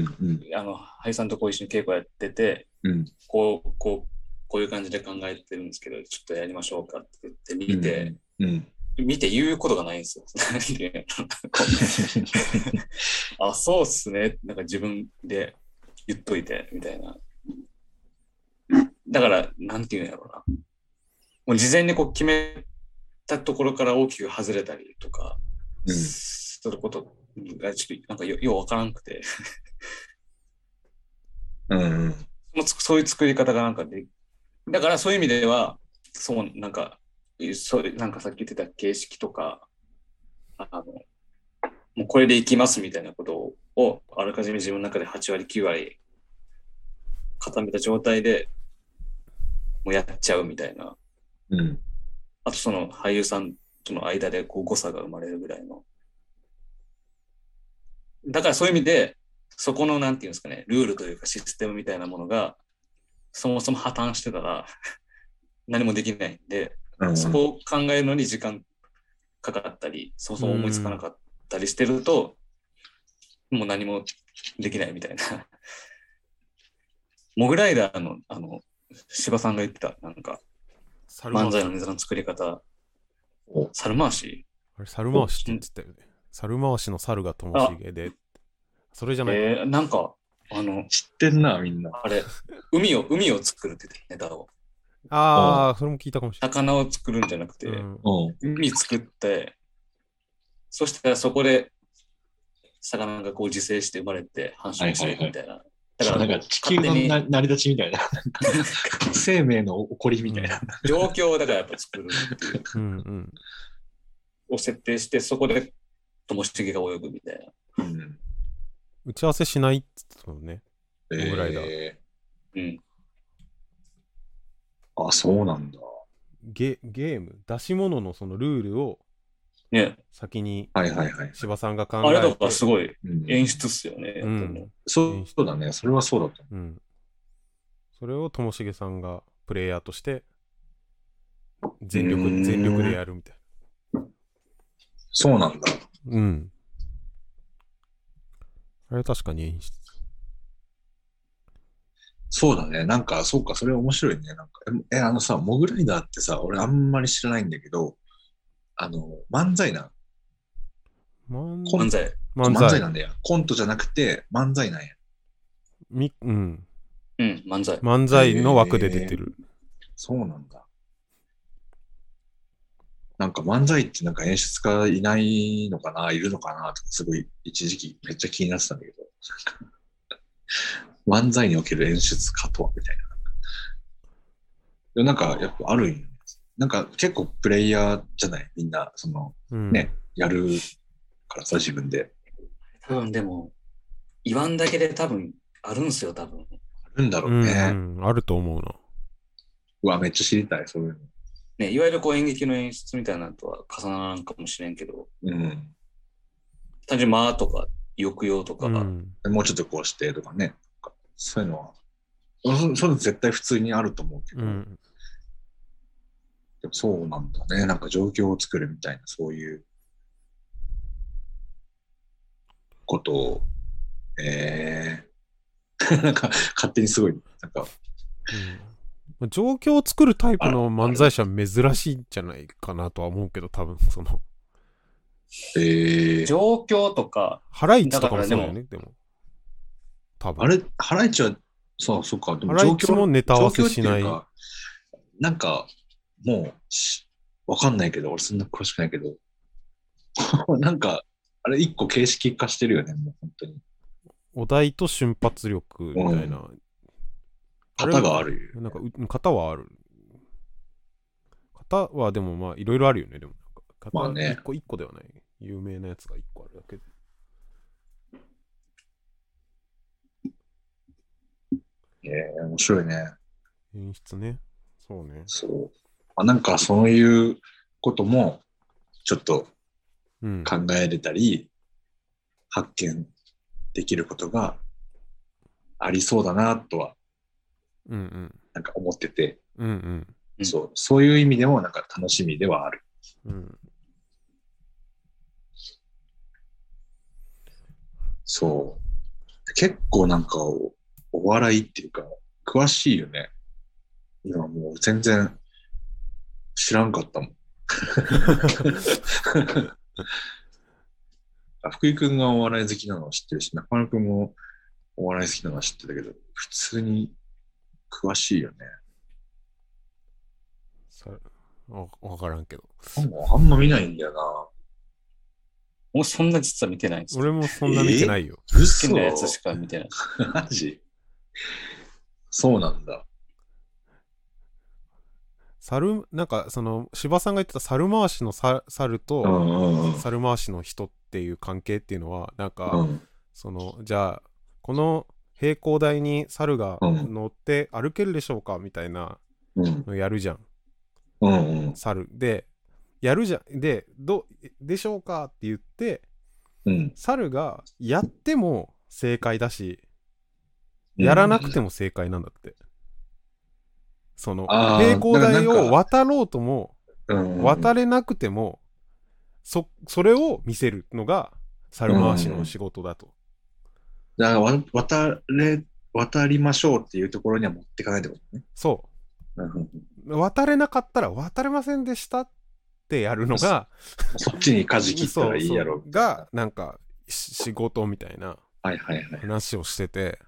S2: ん
S3: あの、俳優さんとこう一緒に稽古やってて、
S2: うん、
S3: こう、こう、こういう感じで考えてるんですけど、ちょっとやりましょうかって言って見て、
S2: うん
S3: 見て言うことがないんですよ。 で あ、そうっすね。なんか自分で言っといて、みたいな。だから、なんていうんやろうな。もう事前にこう決めたところから大きく外れたりとか、
S2: うん
S3: することがちょっとなんかよようわからんくて、
S2: うんうん。
S3: そのつそういう作り方がなんかで、だからそういう意味では、そう、なんか、そうなんかさっき言ってた形式とか、あの、もうこれでいきますみたいなことを、をあらかじめ自分の中で8割、9割固めた状態でもうやっちゃうみたいな。
S2: うん。
S3: あとその俳優さんとの間でこう誤差が生まれるぐらいの。だからそういう意味で、そこのなんていうんですかね、ルールというかシステムみたいなものが、そもそも破綻してたら 何もできないんで、
S2: うん
S3: そこを考えるのに時間かかったり、そもそも思いつかなかったりしてると、もう何もできないみたいな。 モグライダーの、あの、芝さんが言ってた、なんか、
S1: 猿
S3: 漫
S1: 回
S3: 才
S1: し
S3: のネタの作り方
S2: お、
S3: 猿回し
S1: あれ猿回しって言ってたよね猿回しの猿がともしげでそれじゃない、
S3: えー、なんか、あの、
S2: 知ってんな、みんな。
S3: あれ、海を、海を作るって言ってネタを。
S1: ああそれも聞いたかもしれ
S3: 魚を作るんじゃなくて、
S1: ない、うん
S2: うん。
S3: 海作って、そしたらそこで、魚がこう自生して生まれて繁殖するみたいな。だから、
S2: なんか地球のな
S3: 勝
S2: 成り立ちみた いな。なんか生命の起こりみたいな。
S3: 手に状況をだからやっぱ作るっていう、
S1: うんうん
S3: を設定して、そこで、ともしげが泳ぐみたいな。
S2: うん。
S1: 打ち合わせしないっつってたもんね
S2: え
S1: モグライダ
S2: ー
S3: うん。
S2: あ、そうなんだ。
S1: ゲゲーム出し物のそのルールを
S3: ね、
S1: 先に
S2: はいはいはい。
S1: 柴さんが考
S3: あれ
S1: え
S3: と
S1: て
S3: かすごい
S2: うん
S3: 演出っすよね。やってるの
S1: うん
S2: そうそうだね。それはそうだった。
S1: うん、それをともしげさんがプレイヤーとして全
S2: うー
S1: 力
S2: ん
S1: 全力でやるみたい
S2: そうなんだ。
S1: なうんあれは確かに演出
S2: そうだね。なんか、そうか、それ面白いね。なんか、え、えあのさ、モグライダーってさ、俺あんまり知らないんだけど、あの、漫才な、
S1: 漫
S2: こ
S3: 漫才。
S1: 漫
S2: 漫才
S1: 才
S2: なんだよ。コントじゃなくて、漫才なんや。
S1: み、うん、
S3: うん、漫才。
S1: 漫才の枠で出てる、
S2: そうなんだ。なんか漫才ってなんか演出家いないのかな、いるのかなとか、すごい一時期めっちゃ気になってたんだけど、なんか漫才における演出家とはみたいな。でもなんかやっぱあるんよねなんか結構プレイヤーじゃないみんな、その、
S1: うん
S2: ねやるからさ、自分で。
S3: 多分でも、言わんだけで多分あるんすよ、多分。
S2: あるんだろ
S1: う
S2: うんね。う
S1: うん、あると思うな
S2: わ、めっちゃ知りたい、そういう
S3: ね、いわゆるこう演劇の演出みたいなのとは重ならんかもしれんけど、
S2: の。
S3: 単純に間とか抑揚とか、
S1: うん、
S2: うん。もうちょっとこうしてとかね。なんかそういうのは。そそういうの絶対普通にあると思うけど、
S1: うん、
S2: でもそうなんだね。なんか状況を作るみたいな、そういうことを、えー、 なんか勝手にすごい、なんか、
S1: うん状況を作るタイプの漫才師は珍しいんじゃないかなとは思うけど、多分その、
S2: えー、
S3: 状況とか、
S1: ハライチとかもそうだよね、でも。多分
S2: あれ、ハライチは、そう、そうか、で
S1: ハライチもネタ合わせしない
S2: 状況っていうかなんか、もうし、わかんないけど、俺そんな詳しくないけど、 なんか、あれ一個形式化してるよね、もう本当に。
S1: お題と瞬発力みたいな。あれ
S2: 型があるよ。
S1: なんか、う型はある。型はでもまあ、いろいろあるよね、でもなんか。型
S2: まあね
S1: 一個一個ではない。有名なやつが一個あるだけで。
S2: えー、面白いね。
S1: 演出ね。そうね。
S2: そう。あなんかそういうこともちょっと
S1: うん。
S2: 考えれたり、発見できることがありそうだなとは
S1: うんうん。
S2: なんか思ってて、
S1: うんうん。
S3: うん
S2: そうそういう意味でもなんか楽しみではある。
S1: うん、
S2: そう。結構なんかおお笑いっていうか、 詳しいよね。今もう全然知らんかったもん。あ福井君がお笑い好きなのは知ってるし、中丸君もお笑い好きなのは知ってたけど、普通に詳しいよね。
S1: さわわからんけど。
S2: なんかあんま見ないんだよな。
S3: 俺そんな実は見てないんですよ。
S1: 俺もそんな見てないよ。
S3: 好きなやつしか見てない。
S2: マジそうなんだ。
S1: 猿、なんかその、芝さんが言ってた猿回しの猿猿
S2: う
S1: と、
S2: んうんうん。
S1: 猿回しの人っていう関係っていうのは、なんか、
S2: うん
S1: その、じゃあ、この平行台に猿が
S2: うん
S1: 乗って歩けるでしょうかみたいな
S2: うん
S1: のやるじゃん、
S2: うんうん
S1: 猿。で、やるじゃん。で、どう、でしょうかって言って、
S2: うん。
S1: 猿がやっても正解だし、やらなくても正解なんだって。その、
S2: あー
S1: 平行台を渡ろうとも、
S2: も
S1: 渡れなくても、そ、それを見せるのが、猿回しの仕事だと。
S2: だからわ渡れ、渡りましょうっていうところには持ってかないってことね。
S1: そ
S2: うんうんうん
S1: う。渡れなかったら渡れませんでしたってやるのが、
S2: そっちに舵切った
S1: そ
S2: ら
S1: う
S2: いいやろ
S1: そうが、なんか、し仕事みたいな
S2: はいはいはい。
S1: 話をしてて、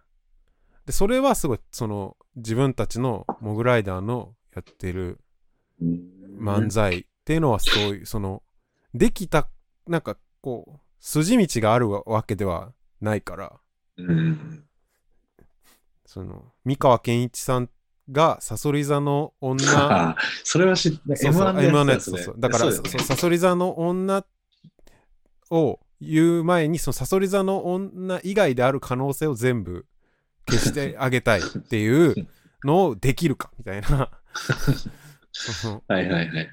S1: で、それはすごい、その、自分たちのモグライダーのやってる漫才っていうのはそういうそのできたなんかこう筋道があるわけではないから
S2: うん。
S1: その三河健一さんがサソリ座の 女
S2: ああ、それは知って、
S1: そうそう
S2: M1 のやつ
S1: そう
S2: ね
S1: そうだから
S2: そうだよ
S1: そ
S2: ね
S1: うサソリ座の女を言う前にそのサソリ座の女以外である可能性を全部消してあげたいっていうのをできるかみたい なその
S2: はいはいはいはい。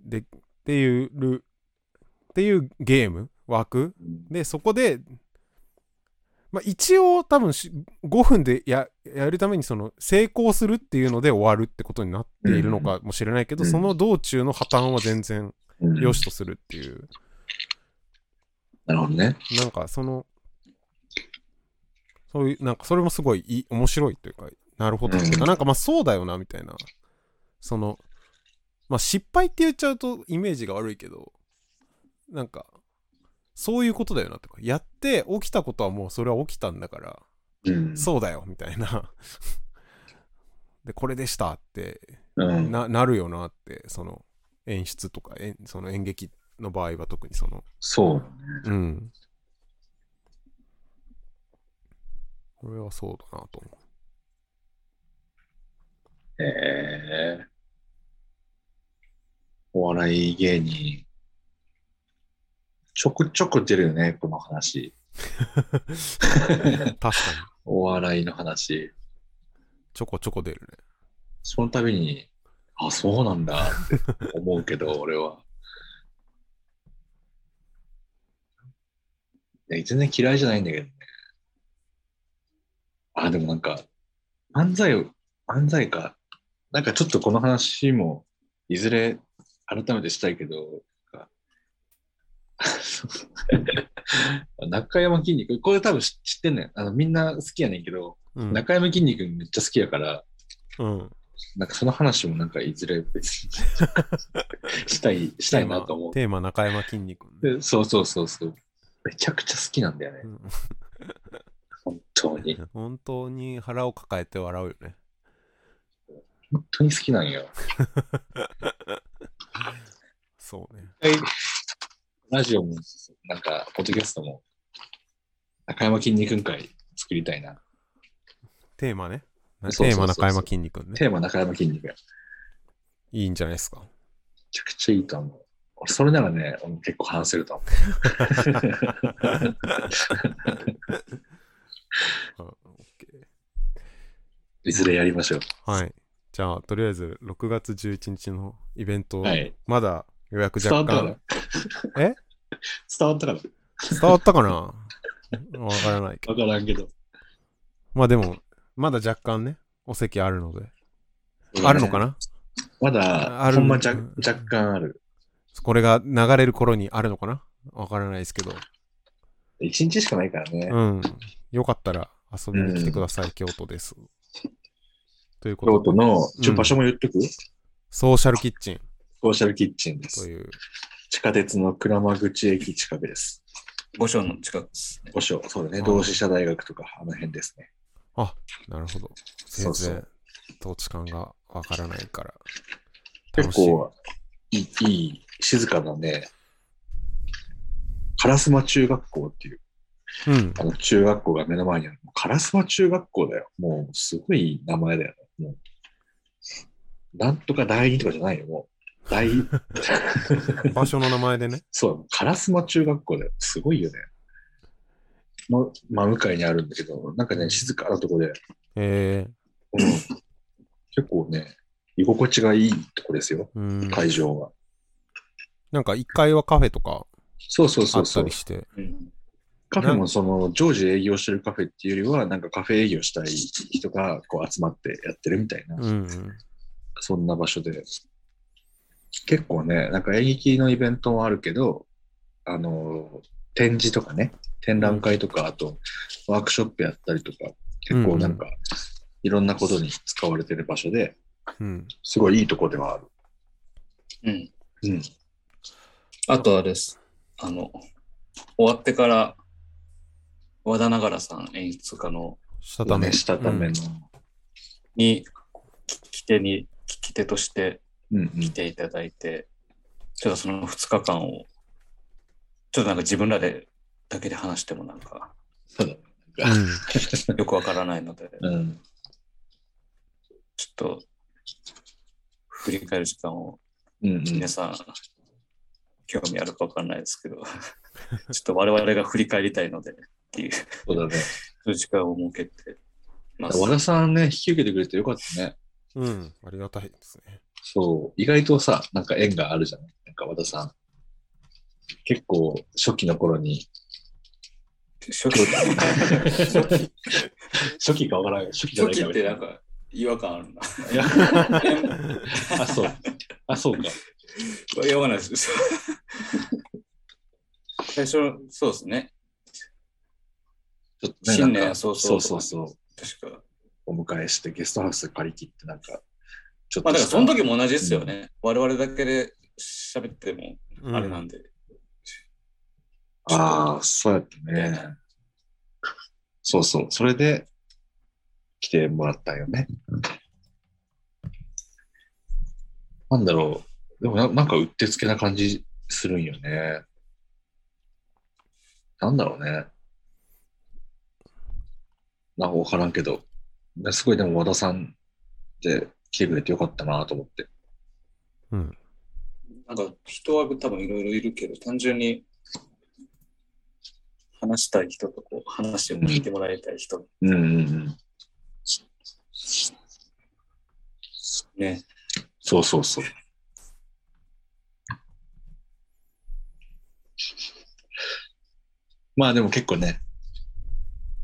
S1: でっていうルっていうゲーム枠でそこで、まあ、一応多分し5分でややるためにその成功するっていうので終わるってことになっているのかもしれないけど、
S2: うん
S1: その道中の破綻は全然
S2: うん
S1: 良しとするっていう、
S2: なるほどね。
S1: なんかそのそういうなんかそれもすごいいい面白いというかなるほど、
S2: うん
S1: なんかまあそうだよなみたいなそのまあ失敗って言っちゃうとイメージが悪いけどなんかそういうことだよなとかやって起きたことはもうそれは起きたんだから、
S2: うん。
S1: そうだよみたいなでこれでしたって
S2: うん。
S1: ななるよなってその演出とか演その演劇の場合は特にその
S2: そ
S1: う
S2: う。
S1: んこれはそうだなと思
S2: へえお笑い芸人。ちょくちょく出るよね、この話。
S1: う 確かに
S2: お笑いの話。
S1: ちょこちょこ出るね
S2: その度に、あ、そうなんだって思うけど、俺は。いや全然嫌いじゃないんだけどね。あ、でもなんか、漫才を、漫才か。なんかちょっとこの話も、いずれ改めてしたいけど、なんか中山筋肉、これ多分知知ってんねん。あのみんな好きやねんけど、
S1: うん
S2: 中山筋肉めっちゃ好きやから、
S1: うん
S2: なんかその話もなんかいずれ別に したい、したいなと思う。
S1: テーマテーマ中山きんに君ね
S2: でそうそうそうそう。めちゃくちゃ好きなんだよね
S1: う。ん
S2: 本当に。
S1: 本当に腹を抱えて笑うよね
S2: 本当に好きなんよ。
S1: そうね
S2: ラジオも、なんか、ポッドキャストも、中山筋肉会作りたいな。
S1: テーマね
S2: うそうそう
S1: テーマ中山きんに君ね
S2: テーマ中山筋肉。め
S1: いいんじゃないですか
S2: ちゃくちゃいいと思う。俺それならね、俺結構話せると思
S1: あオッケー
S2: う。いずれやりましょう。
S1: はい。じゃあ、とりあえず、6月11日のイベント、
S2: はい。
S1: まだ予約
S2: 伝わ
S1: 若
S2: ったか
S1: 干
S2: な
S1: え
S2: 伝わったかな
S1: 伝わったかなわからないけど。
S2: わからんけど。
S1: まあでも、まだ若干ね、お席あるので。あるのかな
S2: ま
S1: あ
S2: だ、
S1: る
S2: ほんまじゃ若干ある。
S1: これが流れる頃にあるのかなわからないですけど。
S2: 一日しかないからね。
S1: うん。よかったら遊びに来てください、京都です。というこ
S2: 京
S1: とで、
S2: 都の、ち
S1: う
S2: ょ、
S1: ん
S2: 場所も言っとく、
S1: ソーシャルキッチン。
S2: ソーシャルキッチンで
S1: と
S2: す。
S1: いう
S2: 地下鉄の鞍馬口駅近くです。
S3: 五所の近くですね。
S2: 五所、そうだね。
S1: うん
S2: 同志社大学とか、あの辺ですね。
S1: なるほど
S2: そ
S1: 全
S2: うそう
S1: 然土地感がわからないから
S2: 結
S1: 楽しい
S2: 構いい、いい、静かなね、烏丸中学校っていう、
S1: うん
S2: あの中学校が目の前にある。もう烏丸中学校だよ。もう、すごい名前だよね。もう、なんとか第二とかじゃないよ。もう、第一
S1: 場所の名前でね
S2: そう、烏丸中学校だよ。すごいよね。の真向かいにあるんだけど、なんかね、静かなとこで、
S1: え
S2: うん結構ね、居心地がいいとこですよ、
S1: ー、うん
S2: 会場は。
S1: なんか1階はカフェとか
S2: そうそう
S1: あ
S2: そう
S1: っ
S2: そ
S1: た
S2: う
S1: り。して
S3: うん。
S2: カフェもその常時営業してるカフェっていうよりは、なんかカフェ営業したい人がこう集まってやってるみたいな、
S1: うんうん
S2: そんな場所で。結構ね、なんか演劇のイベントもあるけど、あの、展示とかね、展覧会とか、あとワークショップやったりとか、結構なんか、いろんなことに使われてる場所で、
S1: うん
S2: すごいいいとこではある。
S3: うん。
S2: うん。
S3: あとあれです。あの、終わってから、和田長良さん演出家の
S1: したため
S2: したための。
S3: に、きき手に、きき手として
S2: うんうん
S3: 来ていただいて、ちょっとその2日間を、ちょっとなんか自分らで、だけで話してもなんか、
S2: そう
S1: うんうん
S3: よくわからないので、
S2: だ。うん。
S3: ちょっと、振り返る時間を、
S2: うんうん。
S3: 皆さん、興味あるかわかんないですけど、ちょっと我々が振り返りたいので、っていう、そ
S2: そうだね。
S3: ういう時間を設けてます。
S2: 和田さんね、引き受けてくれてよかったね。
S1: うんありがたいですね
S2: そう、意外とさ、なんか縁があるじゃないなんか和田さん。結構、初期の頃に、
S3: 初期初
S2: 初期かわからない。初期じゃない
S3: 期
S2: か
S3: ってなんか違和感あるな。
S2: いや あ、そう。あ、そうか。
S3: これ読まないです。 最初、そうですね。
S2: ちょっとね、
S3: 新
S2: なんか
S3: 年早々
S2: そうそうそう。
S3: 確か。
S2: お迎えして、ゲストハウス借り切って、なんか、ちょっ
S3: まあ、だから
S2: した
S3: その時も同じですよね。我々だけで喋っても
S1: うん
S3: あれなんで。
S2: ああ、そうやってね。そうそう。それで、来てもらったよね。なんだろう。でもな、なんかうってつけな感じするんよね。なんだろうね。なんかわからんけど。すごいでも和田さんで来てくれてよかったなと思って。
S1: うん
S3: なんか人は多分いろいろいるけど、単純に話したい人とこう話を聞いてもらいたい人
S2: うんうんうん。
S3: ね。
S2: そうそうそう。まあでも結構ね、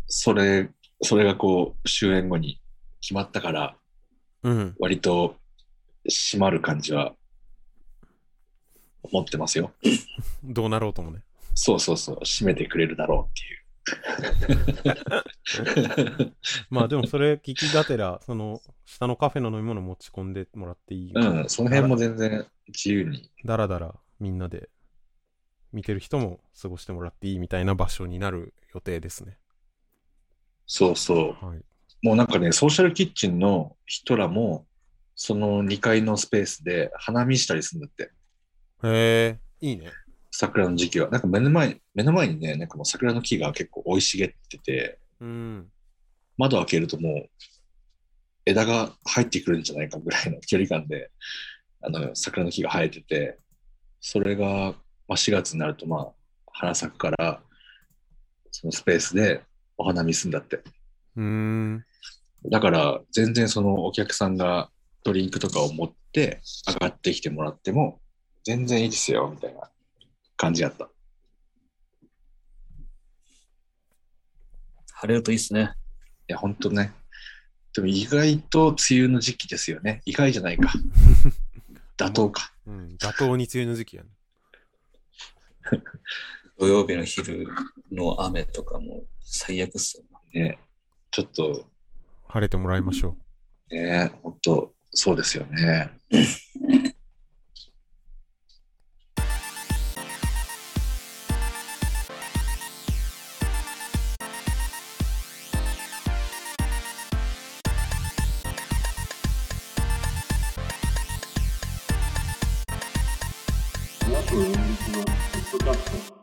S2: それ、それがこう、終演後に決まったから、
S1: うん
S2: 割と締まる感じは持ってますよ。
S1: どうなろうともね
S2: そうそうそう、締めてくれるだろうっていう。
S1: まあでもそれ聞きがてらその下のカフェの飲み物持ち込んでもらっていい
S2: うん、その辺も全然自由に。
S1: だらだらみんなで見てる人も過ごしてもらっていいみたいな場所になる予定ですね。
S2: そうそう。
S1: はい。
S2: もうなんかね、ソーシャルキッチンの人らも、その2階のスペースで花見したりするんだって、
S1: へえ、いいね。
S2: 桜の時期は。なんか目の前目の前にね、なんかもう桜の木が結構生い茂ってて、
S1: うん。
S2: 窓開けるともう枝が入ってくるんじゃないかぐらいの距離感で、あの桜の木が生えてて、それが、まあ、4月になると、まあ、花咲くから、そのスペースでお花見するんだって。
S1: うーん。
S2: だから、全然そのお客さんがドリンクとかを持って上がってきてもらっても、全然いいですよ、みたいな感じだった。
S3: 晴れるといいですね。
S2: いや、ほんとね。でも意外と梅雨の時期ですよね。意外じゃないか。妥当か。
S1: うん、妥当に梅雨の時期やね。
S3: 土曜日の昼の雨とかも最悪っすよ。
S2: ね。ちょっと、
S1: 晴れてもらいましょ
S2: ね、ほんと、そうですよね。
S4: Welcome to the production.